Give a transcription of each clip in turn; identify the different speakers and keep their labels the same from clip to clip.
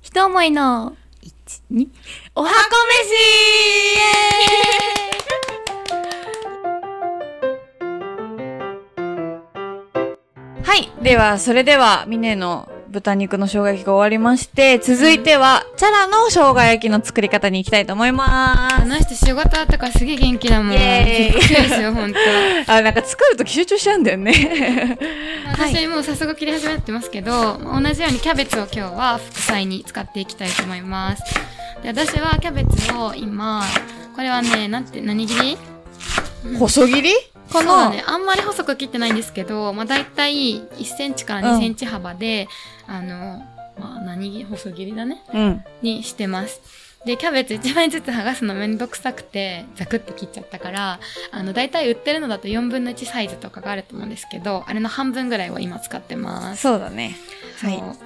Speaker 1: 一思いの一二おはこ
Speaker 2: 飯はい。では、それでは、ミネの豚肉の生姜焼きが終わりまして、続いては、チャラの生姜焼きの作り方に行きたいと思いま
Speaker 3: あ
Speaker 2: す。
Speaker 3: の人仕事あったからすげえ元気だもん。
Speaker 2: イエーイ
Speaker 3: びっくりです よ、ほんと。
Speaker 2: あ、なんか作ると集中しちゃうんだよね。はい
Speaker 3: 私もう早速切り始めてますけど、同じようにキャベツを今日は副菜に使っていきたいと思います。で私はキャベツを今、これはね、なんて、何切り
Speaker 2: 細切りこ
Speaker 3: そうだ
Speaker 2: の、
Speaker 3: ね、あんまり細く切ってないんですけど、まあ、大体1センチから2センチ幅で、あの、まあ、何切り細切りだね
Speaker 2: うん。
Speaker 3: にしてます。で、キャベツ1枚ずつ剥がすのめんどくさくて、ザクッと切っちゃったから、あの、大体売ってるのだと4分の1サイズとかがあると思うんですけど、あれの半分ぐらいを今使ってます。
Speaker 2: そうだね。はい
Speaker 3: そう。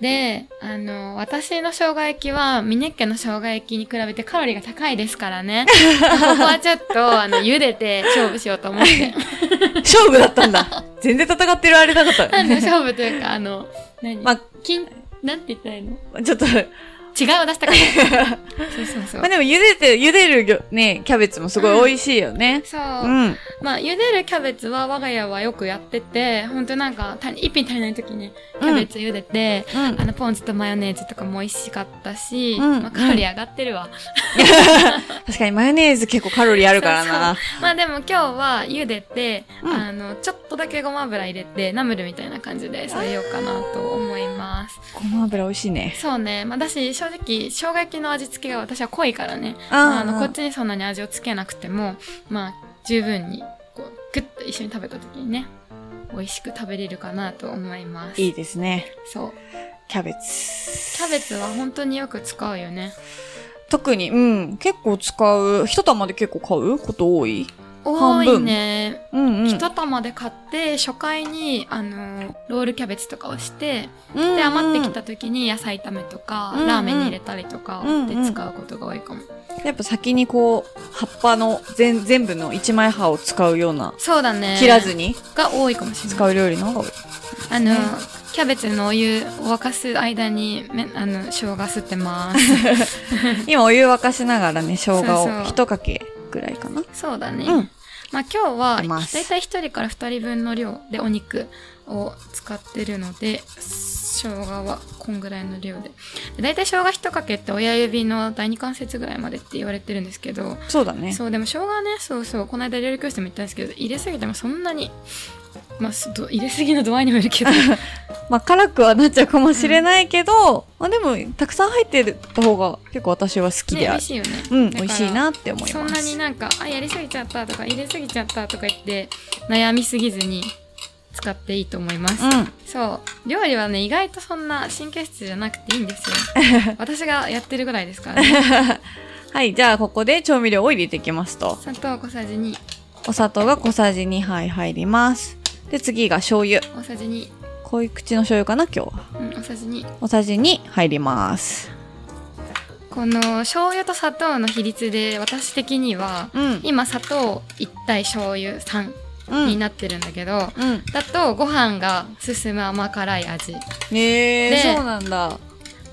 Speaker 3: で、あの、私の生姜焼きは、ミネッケの生姜焼きに比べてカロリーが高いですか らね。ここはちょっと、あの、茹でて勝負しようと思って。
Speaker 2: 勝負だったんだ。全然戦ってるあれだった。
Speaker 3: なんで勝負というか、あの、何
Speaker 2: まあ
Speaker 3: 金、なんて言ったらいいの
Speaker 2: ちょっと、
Speaker 3: 違いを出した から。そうそうそう
Speaker 2: まあ。でも茹でて、茹でるぎょね、キャベツもすごい美味しいよね。
Speaker 3: そう。
Speaker 2: うん。
Speaker 3: まあ、茹でるキャベツは我が家はよくやってて、ほんとなんか、た一品足りない時にキャベツ茹でて、
Speaker 2: うん
Speaker 3: あ。の、ポン酢とマヨネーズとかも美味しかったし、
Speaker 2: うん
Speaker 3: まあ、カロリー上がってるわ。
Speaker 2: 確かにマヨネーズ結構カロリーあるからな。
Speaker 3: まあでも今日は茹でて、
Speaker 2: うん
Speaker 3: あの、ちょっとだけごま油入れて、ナムルみたいな感じで添えようかなと思います。
Speaker 2: ごま油美味しいね。
Speaker 3: そうね。まあ、私、正直、生姜焼きの味付けが私は濃いからね。
Speaker 2: あー
Speaker 3: まあ、あの、こっちにそんなに味をつけなくても、まあ、十分に、こう、ぐっと一緒に食べた時にね、美味しく食べれるかなと思います。
Speaker 2: いいですね。
Speaker 3: そう。
Speaker 2: キャベツ。
Speaker 3: キャベツは本当によく使うよね。
Speaker 2: 特に、うん。結構使う。一玉で結構買うこと多い
Speaker 3: 多
Speaker 2: 半分
Speaker 3: いね。
Speaker 2: うんうん。
Speaker 3: 一玉で買って、初回に、あの、ロールキャベツとかをして、
Speaker 2: で
Speaker 3: で、余ってきた時に野菜炒めとか、
Speaker 2: うんうん
Speaker 3: ラーメンに入れたりとか
Speaker 2: うん
Speaker 3: で
Speaker 2: うん
Speaker 3: 使うことが多いかも。
Speaker 2: やっぱ先にこう、葉っぱの全全部の一枚葉を使うような、
Speaker 3: そうだね。
Speaker 2: 切らずに
Speaker 3: が多いかもしれない。
Speaker 2: 使う料理の方が多い。
Speaker 3: あの、
Speaker 2: ね
Speaker 3: キャベツのお湯を沸かす間にめあの生姜吸ってます
Speaker 2: 今お湯沸かしながらね、生姜
Speaker 3: そうそ
Speaker 2: を
Speaker 3: う
Speaker 2: 一かけぐらいかな。
Speaker 3: そうだね、
Speaker 2: うん
Speaker 3: まあ今日は
Speaker 2: 出ます
Speaker 3: だいたい1人から2人分の量でお肉を使ってるので生姜はこんぐらいの量ででだいたい生姜一かけって親指の第二関節ぐらいまでって言われてるんですけど
Speaker 2: そうだね。
Speaker 3: そうでも生姜ねそうそうこの間料理教室でも言ったんですけど入れすぎてもそんなにまあすど入れすぎの度合いにもよ るけど
Speaker 2: まあ辛くはなっちゃうかもしれないけど、まあでもたくさん入ってた方が結構私は好き
Speaker 3: ね
Speaker 2: で
Speaker 3: 美
Speaker 2: ある。
Speaker 3: 味しいよね
Speaker 2: うん、
Speaker 3: だ
Speaker 2: 美
Speaker 3: から
Speaker 2: 味しいなって思います。
Speaker 3: そんなになんかあやりすぎちゃったとか入れすぎちゃったとか言って悩みすぎずに使っていいと思います、
Speaker 2: うん。
Speaker 3: そう料理はね意外とそんな神経質じゃなくていいんですよ 私がやってるぐらいですからね
Speaker 2: はい、じゃあここで調味料を入れていきますと。
Speaker 3: 砂糖小さじ2
Speaker 2: お砂糖が小さじ2杯入ります。で、次が醤油。
Speaker 3: 大さじ2、
Speaker 2: 濃い口の醤油かな、今日は。
Speaker 3: うん、大さじ2
Speaker 2: おさじ2入ります。
Speaker 3: この醤油と砂糖の比率で私的には
Speaker 2: うん。
Speaker 3: 今砂糖1対醤油3
Speaker 2: うん
Speaker 3: になってるんだけど、
Speaker 2: うん。
Speaker 3: だとご飯が進む甘辛い味
Speaker 2: え
Speaker 3: で
Speaker 2: ー、そうなんだ。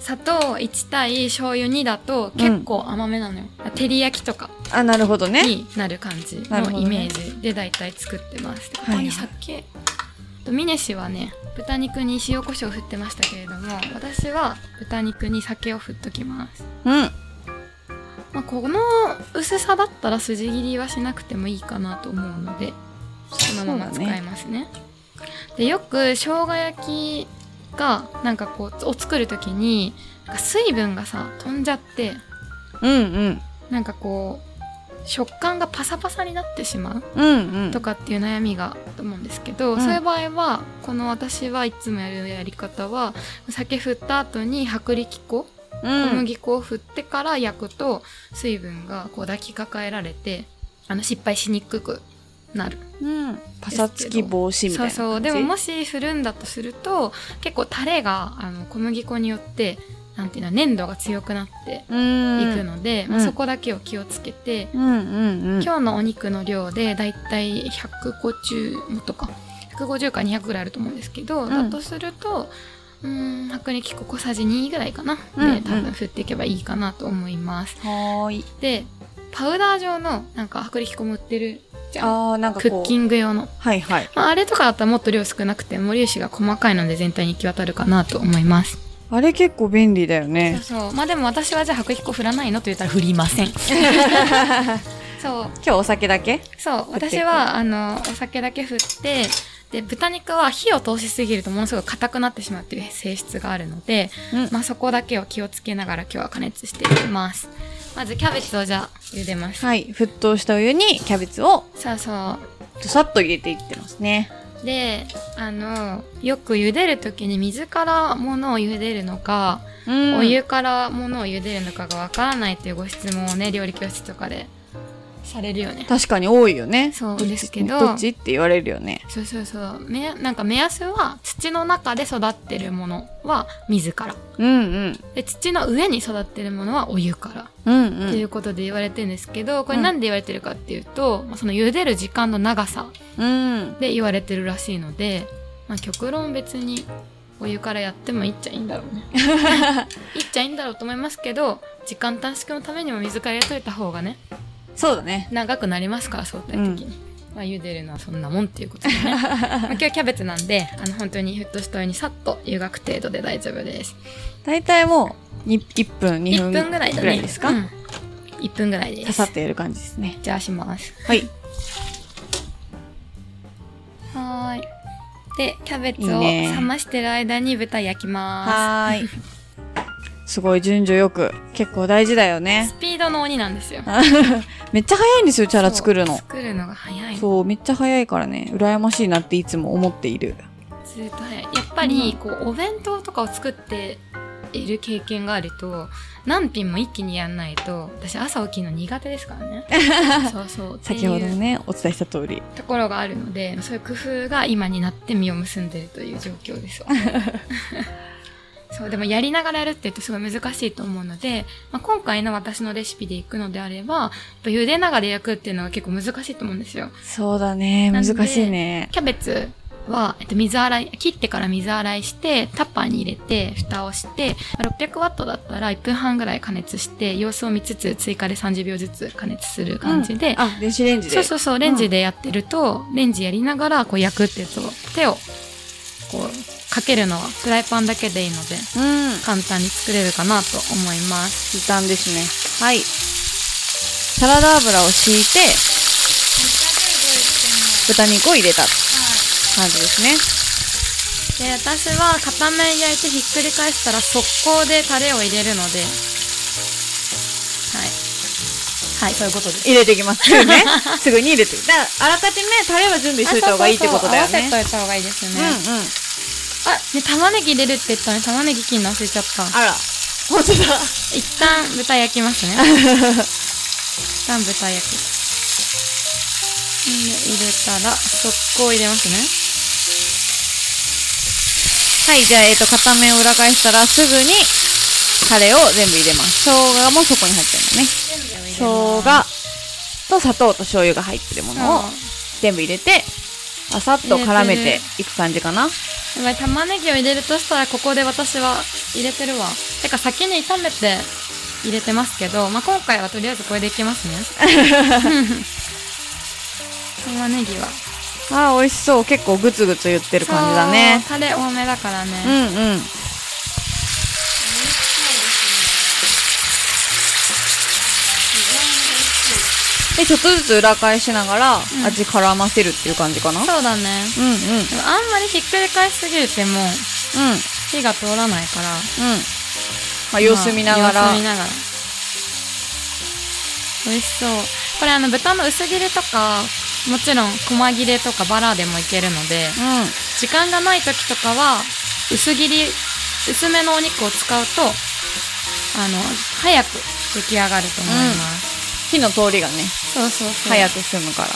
Speaker 3: 砂糖1対醤油2だと結構甘めなのよ、照り焼きとか
Speaker 2: あ、なるほどね。
Speaker 3: になる感じ
Speaker 2: なるほど
Speaker 3: の
Speaker 2: ね
Speaker 3: イメージで大体作ってます、でこ
Speaker 2: はい
Speaker 3: こ
Speaker 2: はい
Speaker 3: に酒とミネシはね豚肉に塩コショウ振ってましたけれども私は豚肉に酒を振っときます、
Speaker 2: うん。
Speaker 3: まあ、この薄さだったら筋切りはしなくてもいいかなと思うのでそのまま使えますねでよく生姜焼きがなんかこうを作る時になんか水分がさ飛んじゃって
Speaker 2: うんうん。
Speaker 3: なんかこう食感がパサパサになってしまう
Speaker 2: うんうん。
Speaker 3: とかっていう悩みがあると思うんですけど、
Speaker 2: うん
Speaker 3: そういう場合はこの私はいつもやるやり方は酒振った後に薄力粉
Speaker 2: うん
Speaker 3: 小麦粉を振ってから焼くと水分がこう抱きかかえられてあの失敗しにくくなる
Speaker 2: うん。パサつき防止みたい
Speaker 3: そう
Speaker 2: な感じ。
Speaker 3: そうでももし振るんだとすると結構タレがあの小麦粉によってなんていうの粘度が強くなって
Speaker 2: うん。
Speaker 3: いくので、
Speaker 2: ん
Speaker 3: まあ
Speaker 2: うん
Speaker 3: そこだけを気をつけて、
Speaker 2: うんうんうん。
Speaker 3: 今日のお肉の量でだいたい150もっとか150か200ぐらいあると思うんですけど、
Speaker 2: ん
Speaker 3: だとするとうん薄力粉小さじ2ぐらいかな、
Speaker 2: うんうん
Speaker 3: で多分振っていけばいいかなと思います
Speaker 2: はーい。
Speaker 3: でパウダー状のなんか薄力粉も売ってるじゃん
Speaker 2: ああ、なんか
Speaker 3: ク
Speaker 2: こ
Speaker 3: ッ
Speaker 2: う。
Speaker 3: キング用の、
Speaker 2: はいはい。
Speaker 3: まあ、あれとかだったらもっと量少なくても粒子が細かいので全体に行き渡るかなと思います
Speaker 2: あれ結構便利だよ
Speaker 3: そう
Speaker 2: ね。
Speaker 3: そうまあでも私はじゃあ薄力粉振らないのと言ったら振りま せんそう
Speaker 2: 今日お酒だけ
Speaker 3: そう
Speaker 2: ってい
Speaker 3: 私
Speaker 2: く
Speaker 3: はあのお酒だけ振ってで豚肉は火を通しすぎるとものすごく硬くなってしまうっていう性質があるので、
Speaker 2: うん
Speaker 3: まあ、そこだけを気をつけながら今日は加熱していきますまずキャベツをじゃあ茹でます、
Speaker 2: はい。沸騰したお湯にキャベツを
Speaker 3: そうそ
Speaker 2: どさっと入れていってますね。
Speaker 3: うであのよく茹でる時に水からものを茹でるのか、
Speaker 2: うん
Speaker 3: お湯からものを茹でるのかがわからないっていうご質問をね料理教室とかでされるよね
Speaker 2: 確かに多いよね。
Speaker 3: そう
Speaker 2: どっち
Speaker 3: ですけど
Speaker 2: どっちって言われるよね。
Speaker 3: そうそうそうめなんか目安は土の中で育ってるものは水から
Speaker 2: うんうん。
Speaker 3: で土の上に育ってるものはお湯から
Speaker 2: うんう
Speaker 3: ってい
Speaker 2: ん。
Speaker 3: うことで言われてるんですけどこれなんで言われてるかっていうと、まあその茹でる時間の長さ
Speaker 2: うん。
Speaker 3: で言われてるらしいので、まあ、極論別にお湯からやってもいいっちゃいいんだろ うねいっちゃいいんだろうと思いますけど時間短縮のためにも水から入れといた方がね
Speaker 2: そうだね。
Speaker 3: 長くなりますから相対的に、まあ茹でるのはそんなもんっていうこ とでねまあ今日はキャベツなんであの本当に沸騰したお湯にさっと湯がく程度で大丈夫です
Speaker 2: 大体もうに1分、2
Speaker 3: 1
Speaker 2: 分
Speaker 3: 分ぐらいだね
Speaker 2: ですか、
Speaker 3: うん、1分ぐらいで
Speaker 2: 刺
Speaker 3: す
Speaker 2: さってやる感じですね。
Speaker 3: じゃあします
Speaker 2: はい。
Speaker 3: はーいでキャベツ
Speaker 2: いい
Speaker 3: を
Speaker 2: ね
Speaker 3: 冷ましてる間に豚焼きま
Speaker 2: はーい。すごい順序よく。結構大事だよ
Speaker 3: す
Speaker 2: ね。
Speaker 3: スピードの鬼なんですよ
Speaker 2: めっちゃ早いんですよ、チャラ作る
Speaker 3: そう
Speaker 2: の。
Speaker 3: 作るのが早いず
Speaker 2: そう、めっちゃ早いからね、羨ましいなっていつも思っている。
Speaker 3: っと早いやっぱりこうお弁当とかを作っている経験があると何品も一気にやんないと私朝起きるの苦手ですか らねそうそうっていう
Speaker 2: 先ほどね、お伝えした通り。
Speaker 3: ところがあるのでそういう工夫が今になって実を結んでるという状 況ですわそうでもやりながらやるって言うとすごい難しいと思うので、まあ、今回の私のレシピでいくのであればやっぱ茹でながら焼くっていうのが結構難しいと思うんですよ
Speaker 2: そうだね、
Speaker 3: な
Speaker 2: 難
Speaker 3: んで
Speaker 2: しいね。
Speaker 3: キャベツは、えっと、水洗い切ってから水洗いしてタッパーに入れて蓋をしてまあ600ワットだったら1分半ぐらい加熱して様子を見つつ追加で30秒ずつ加熱する感じで、
Speaker 2: うんあ、電子レンジで。
Speaker 3: そうそうそう、レンジでやってると、レンジやりながら、こう焼くってやつを、手を、こう、かけるのはフライパンだけでいいので、
Speaker 2: うん。
Speaker 3: 簡単に作れるかなと思います。
Speaker 2: 時短ですね。はい。サラダ油を敷いて、豚肉を入れた感じですね。
Speaker 3: で、私は片面焼いてひっくり返したら、速攻でタレを入れるので、はい。はい、そういうことです。
Speaker 2: 入れていきます。すぐ ね。すぐに入れて。だからあらかじめタレは準備しといた方がいいってことだよ
Speaker 3: あそうそ
Speaker 2: ね。
Speaker 3: うそう合わせといた方がいいですね。
Speaker 2: うんうん。
Speaker 3: あ、ね、玉ねぎ入れるって言ったのに玉ねぎ切るの忘れちゃった。
Speaker 2: あら、本当だ。
Speaker 3: 一旦豚焼 きますね一旦豚焼きで入れたら速攻入れますね
Speaker 2: はい、じゃあ、えっ、と、片面を裏返したら、すぐに、タレを全部入れます。生姜もそこに入ってるのね。生姜と砂糖と醤油が入ってるものを全部入れて、あさっと絡めていく感じかな。
Speaker 3: やばい玉ねぎを入れるとしたらここで私は入れてるわてか先に炒めて入れてますけど、まあ、今回はとりあえずこれでいきます ね玉ねぎは
Speaker 2: あー、美味しそう。結構グツグツ言ってる感じだね。
Speaker 3: そうタレ多めだからね、
Speaker 2: うんうん。で、ちょっとずつ裏返しながら、
Speaker 3: ん
Speaker 2: 味絡ませるっていう感じかな。うんうん。
Speaker 3: そうだ
Speaker 2: う
Speaker 3: ね
Speaker 2: ん。
Speaker 3: でもあんまりひっくり返しすぎるってもう
Speaker 2: うん。
Speaker 3: 火が通らないから
Speaker 2: うん。まあ、様子見ながら。
Speaker 3: 様子見ながら美味しそうこれあの豚の薄切れとかもちろん細切れとかバラでもいけるので
Speaker 2: うん。
Speaker 3: 時間がない時とかは薄切り薄めのお肉を使うとあの早く出来上がると思います、
Speaker 2: 火の通りがね、
Speaker 3: そうそうそう
Speaker 2: 早く済むから。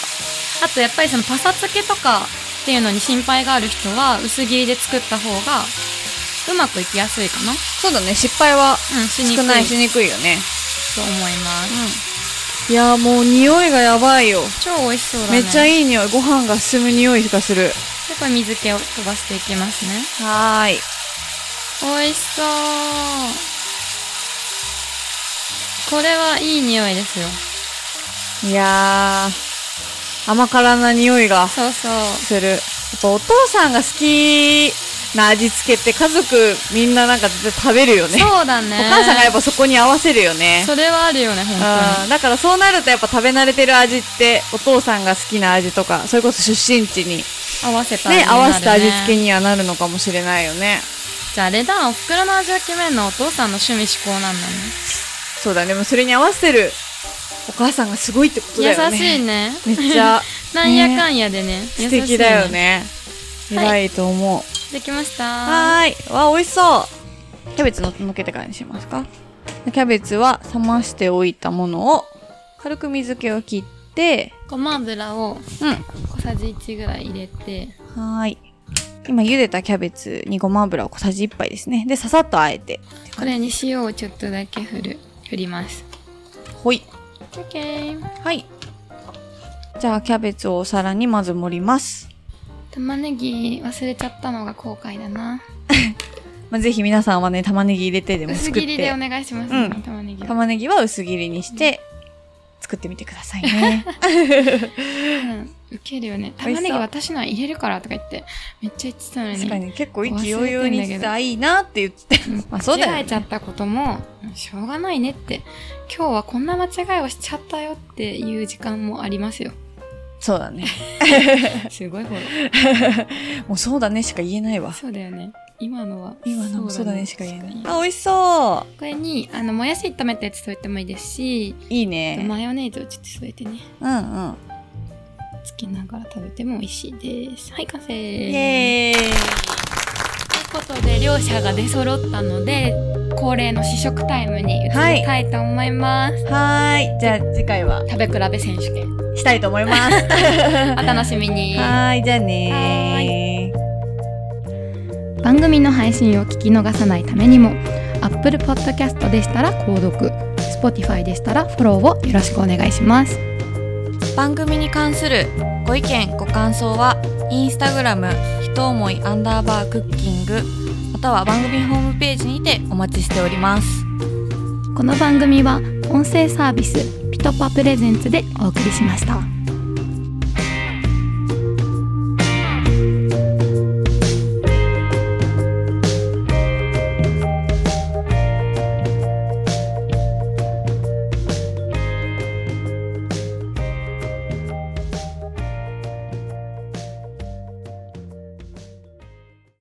Speaker 3: あとやっぱりそのパサつきとかっていうのに心配がある人は薄切りで作った方がうまくいきやすいかな
Speaker 2: そうだね、失敗は
Speaker 3: うんしにく
Speaker 2: 少
Speaker 3: い
Speaker 2: ないしにくいよね。
Speaker 3: と思います
Speaker 2: うん。いやーもう匂いがやばいよ。
Speaker 3: 超美味しそうだね
Speaker 2: めっちゃいい匂い。ご飯が進む匂いしかする。
Speaker 3: でこれ水気を飛ばしていきますね。
Speaker 2: はーい。
Speaker 3: 美味しそうこれはいい匂いですよ
Speaker 2: いやー、甘辛な匂いが
Speaker 3: そうそう
Speaker 2: する。やっぱお父さんが好きな味付けって家族みんななんか絶対食べるよね。
Speaker 3: そうだね
Speaker 2: お母さんがやっぱそこに合わせるよね。
Speaker 3: それはあるよね本
Speaker 2: うんだからそうなるとやっぱ食べ慣れてる味ってお父さんが好きな味とかそれこそ出身地に、ね
Speaker 3: 当に合わせた味になる
Speaker 2: 合わせた味付け
Speaker 3: ね
Speaker 2: にはなるのかもしれないよね
Speaker 3: じゃああれだおふくろの味を決めるのはお父さんの趣味嗜好なんだね
Speaker 2: そうだねでもそれに合わせてるお母さんがすごいってことだよ
Speaker 3: 優
Speaker 2: ね
Speaker 3: しいね
Speaker 2: めっち ゃ
Speaker 3: なんやかんやでね
Speaker 2: 素敵だよ
Speaker 3: 優しい
Speaker 2: ね
Speaker 3: ねは
Speaker 2: 偉
Speaker 3: い
Speaker 2: いと思う、
Speaker 3: できました
Speaker 2: はーい。わ、美味しそう。キャベツののっけてからにしますか。キャベツは冷ましておいたものを、軽く水気を切って、
Speaker 3: ごま油を
Speaker 2: うん。
Speaker 3: 小さじ1ぐらい入れて
Speaker 2: はーい。今茹でたキャベツにごま油を小さじ1杯ですね。で、ささっとあえて。
Speaker 3: これに塩をちょっとだけ振る振ります
Speaker 2: ほい。
Speaker 3: オッケー
Speaker 2: はい。じゃあ、キャベツをお皿にまず盛ります。
Speaker 3: 玉ねぎ忘れちゃったのが後悔だな
Speaker 2: まあ、ぜひ皆さんはね、玉ねぎ入れてでも
Speaker 3: 薄
Speaker 2: 作っ
Speaker 3: 切りで
Speaker 2: て
Speaker 3: お。願いします、
Speaker 2: うん
Speaker 3: 玉ねぎは
Speaker 2: 玉ねぎは薄切りにして、作ってみてくださいね。
Speaker 3: うんウケるよね
Speaker 2: 美味しそう
Speaker 3: 玉ねぎ私のは入れるからとか言ってめっちゃ言ってたのに
Speaker 2: 確かに結構意
Speaker 3: 忘れ
Speaker 2: 気
Speaker 3: てんだ
Speaker 2: 揚
Speaker 3: けど
Speaker 2: 々にしてあいいなって言ってたまあそうだよ
Speaker 3: 間違え
Speaker 2: ね
Speaker 3: ちゃったこともしょうがないねって今日はこんな間違いをしちゃったよっていう時間もあ りますよ
Speaker 2: そうだね
Speaker 3: すごいほど
Speaker 2: もうそうだねしか言えないわ
Speaker 3: そうだよね今のは
Speaker 2: 今のもそうだねしか言えない
Speaker 3: 確かに
Speaker 2: あ美味しそ
Speaker 3: これにあのもやし炒めたやつ添えてもいいですし
Speaker 2: ういいね
Speaker 3: マヨネーズをちょっと添えてね
Speaker 2: うんうん
Speaker 3: つけながら食べても美味しいですはい完成
Speaker 2: イエーイ
Speaker 3: ということで両者が出揃ったので恒例の試食タイムに移りたいと思います、
Speaker 2: はーいじゃあ次回は
Speaker 3: 食べ比べ選手 権
Speaker 2: したいと思いますは
Speaker 3: お楽しみに
Speaker 2: ーいじゃあねー
Speaker 3: 番組の配信を聞き逃さないためにも Apple Podcast でしたら購読 Spotify でしたらフォローをよろしくお願いします
Speaker 1: 番組に関するご意見ご感想はインスタグラムひと思いアンダーバークッキングまたは番組ホームページにてお待ちしております
Speaker 3: この番組は音声サービスピトパプレゼンツでお送りしました